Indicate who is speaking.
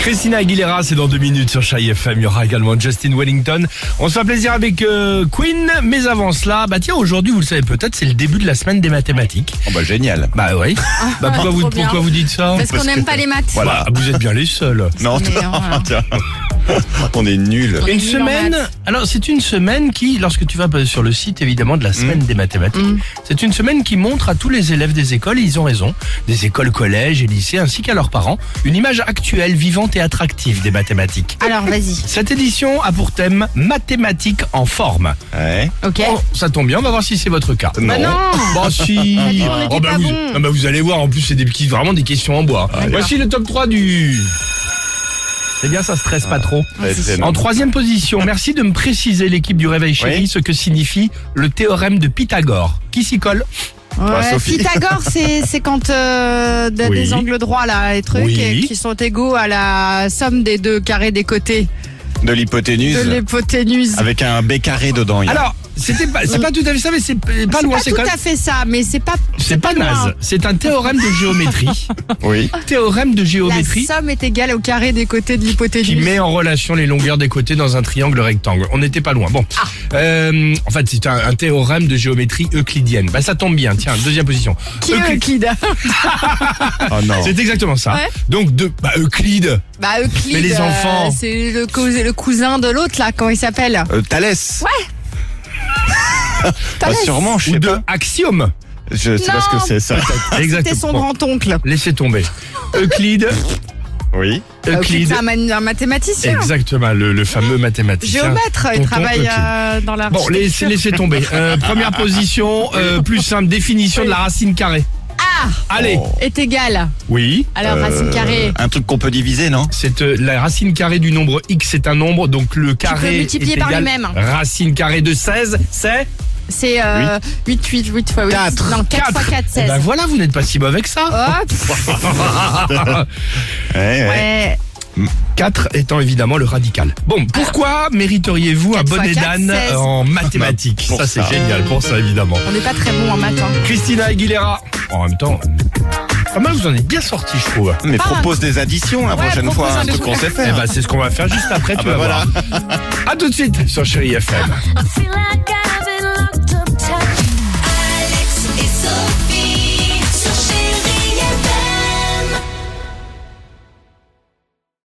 Speaker 1: Christina Aguilera, c'est dans deux minutes sur Chai FM. Il y aura également Justin Wellington. On se fait plaisir avec euh, Queen, mais avant cela, bah tiens, aujourd'hui, vous le savez peut-être, c'est le début de la semaine des mathématiques.
Speaker 2: Oh bah génial.
Speaker 1: Bah oui. Bah pourquoi, vous,
Speaker 3: Ah, trop bien.
Speaker 1: pourquoi vous dites ça
Speaker 3: Parce qu'on
Speaker 2: parce
Speaker 3: n'aime
Speaker 2: que-
Speaker 3: pas les maths.
Speaker 2: Voilà.
Speaker 1: Bah, vous êtes bien les seuls.
Speaker 2: Non,
Speaker 3: Mais, voilà.
Speaker 2: tiens. on est nuls.
Speaker 3: On est
Speaker 1: Une
Speaker 3: nul en
Speaker 1: semaine.
Speaker 3: maths.
Speaker 1: Alors c'est une semaine qui, lorsque tu vas sur le site évidemment de la
Speaker 3: Mm.
Speaker 1: semaine des mathématiques, c'est une semaine qui montre à tous les élèves des écoles, et ils ont raison, des écoles, collèges et lycées, ainsi qu'à leurs parents, une image actuelle, vivante et attractive des mathématiques.
Speaker 3: Alors vas-y.
Speaker 1: Cette édition a pour thème mathématiques en forme.
Speaker 2: Ouais.
Speaker 3: Ok.
Speaker 1: Oh, ça tombe bien, on va voir si c'est votre cas.
Speaker 2: Non.
Speaker 3: Eh. Bah non.
Speaker 1: Bon si.
Speaker 3: dit, on était
Speaker 1: bah
Speaker 3: pas
Speaker 1: vous,
Speaker 3: bon.
Speaker 1: ah bah vous allez voir. En plus, c'est des petits, vraiment des questions en bois. Voici le top 3 du. C'est Eh bien, ça stresse pas trop.
Speaker 2: Ouais, Bah, c'est
Speaker 1: En
Speaker 2: énorme.
Speaker 1: troisième position, merci de me préciser l'équipe du Réveil Chéri
Speaker 2: Oui.
Speaker 1: ce que signifie le théorème de Pythagore. Qui s'y colle
Speaker 2: Bah,
Speaker 3: Ouais,
Speaker 2: Sophie.
Speaker 3: Pythagore, c'est c'est quand euh, des-
Speaker 1: Oui.
Speaker 3: des angles droits là, les trucs
Speaker 1: Oui.
Speaker 3: et- qui sont égaux à la somme des deux carrés des côtés
Speaker 2: de
Speaker 3: de
Speaker 2: l'hypoténuse.
Speaker 3: l'hypoténuse.
Speaker 1: Ah,
Speaker 2: Avec un B carré dedans. il y a.
Speaker 1: Alors, c'était pas, c'est pas tout à fait ça, mais c'est p- pas
Speaker 3: C'est
Speaker 1: loin.
Speaker 3: pas
Speaker 1: C'est
Speaker 3: tout
Speaker 1: quand même,
Speaker 3: à fait ça, mais c'est pas.
Speaker 1: c'est pas
Speaker 3: pas loin.
Speaker 1: naze. C'est un théorème de géométrie.
Speaker 2: Oui.
Speaker 1: théorème de
Speaker 3: La
Speaker 1: géométrie
Speaker 3: somme est égale au carré des côtés de
Speaker 1: qui
Speaker 3: l'hypoténuse.
Speaker 1: met en relation les longueurs des côtés dans un triangle rectangle. On n'était pas loin. Bon,
Speaker 3: Ah.
Speaker 1: Euh, en fait, c'est un, un théorème de géométrie euclidienne. Bah, ça tombe bien. Tiens, deuxième position.
Speaker 3: Qui est
Speaker 1: Euclide.
Speaker 3: Euclide
Speaker 2: Oh non.
Speaker 1: C'est exactement ça.
Speaker 3: Ouais.
Speaker 1: Donc, deux, bah, Euclide.
Speaker 3: Bah Euclide.
Speaker 1: Mais les
Speaker 3: euh,
Speaker 1: enfants. Bah,
Speaker 3: c'est le, cous- le cousin de l'autre là. Comment il s'appelle
Speaker 2: Euh, Thalès. Ouais.
Speaker 3: Thalès.
Speaker 2: sûrement, je
Speaker 1: ou
Speaker 2: sais
Speaker 1: de
Speaker 2: pas.
Speaker 1: axiome.
Speaker 2: Je sais pas
Speaker 3: Non.
Speaker 2: ce que c'est ça.
Speaker 3: C'était son
Speaker 1: Bon,
Speaker 3: grand-oncle.
Speaker 1: Laissez tomber. Euclide.
Speaker 2: Oui.
Speaker 1: Euclide.
Speaker 3: C'est un, man- un mathématicien.
Speaker 1: Exactement, le, le fameux mathématicien.
Speaker 3: Géomètre, il
Speaker 1: Tonton
Speaker 3: travaille
Speaker 1: Euclide.
Speaker 3: euh, dans la.
Speaker 1: Bon, laissez, laissez tomber. Euh, première position, euh, plus simple, définition de la racine carrée.
Speaker 3: Ah
Speaker 1: Allez.
Speaker 2: Oh.
Speaker 3: Est égal.
Speaker 1: Oui.
Speaker 3: Alors,
Speaker 2: Euh,
Speaker 3: racine carrée.
Speaker 2: Un truc qu'on peut diviser, non
Speaker 1: C'est euh, la racine carrée du nombre x est un nombre, donc le carré
Speaker 3: peux multiplier
Speaker 1: est
Speaker 3: par
Speaker 1: égal-
Speaker 3: lui-même.
Speaker 1: Racine carrée de 16, c'est
Speaker 3: C'est euh, 8, 8, 8 fois 8.
Speaker 2: Quatre.
Speaker 3: Non, 4 fois 4,
Speaker 1: Eh
Speaker 3: 16.
Speaker 1: ben voilà, vous n'êtes pas si mauvais que ça.
Speaker 3: Oh, pff,
Speaker 2: ouais,
Speaker 3: ouais.
Speaker 1: 4 étant évidemment le radical. Bon, pourquoi mériteriez-vous un
Speaker 3: Quatre fois
Speaker 1: bonnet
Speaker 3: quatre,
Speaker 1: d'âne
Speaker 3: seize.
Speaker 1: en mathématiques
Speaker 2: Pour
Speaker 1: Ça c'est
Speaker 2: ça.
Speaker 1: génial pour ça évidemment.
Speaker 3: On n'est pas très bon en hein. matin.
Speaker 1: Christina Aguilera. En même temps, pas mal vous en êtes bien sorti je trouve.
Speaker 2: Mais
Speaker 3: Pas
Speaker 2: propose des additions la
Speaker 3: Ouais,
Speaker 2: prochaine
Speaker 3: propose
Speaker 2: fois,
Speaker 3: un
Speaker 2: un truc
Speaker 3: truc.
Speaker 2: qu'on sait
Speaker 1: Eh
Speaker 2: faire.
Speaker 1: ben, c'est ce qu'on va faire juste après,
Speaker 2: Ah
Speaker 1: tu
Speaker 2: bah
Speaker 1: vas
Speaker 2: voilà.
Speaker 1: voir. À tout de suite sur Chéri FM.
Speaker 4: I feel like I've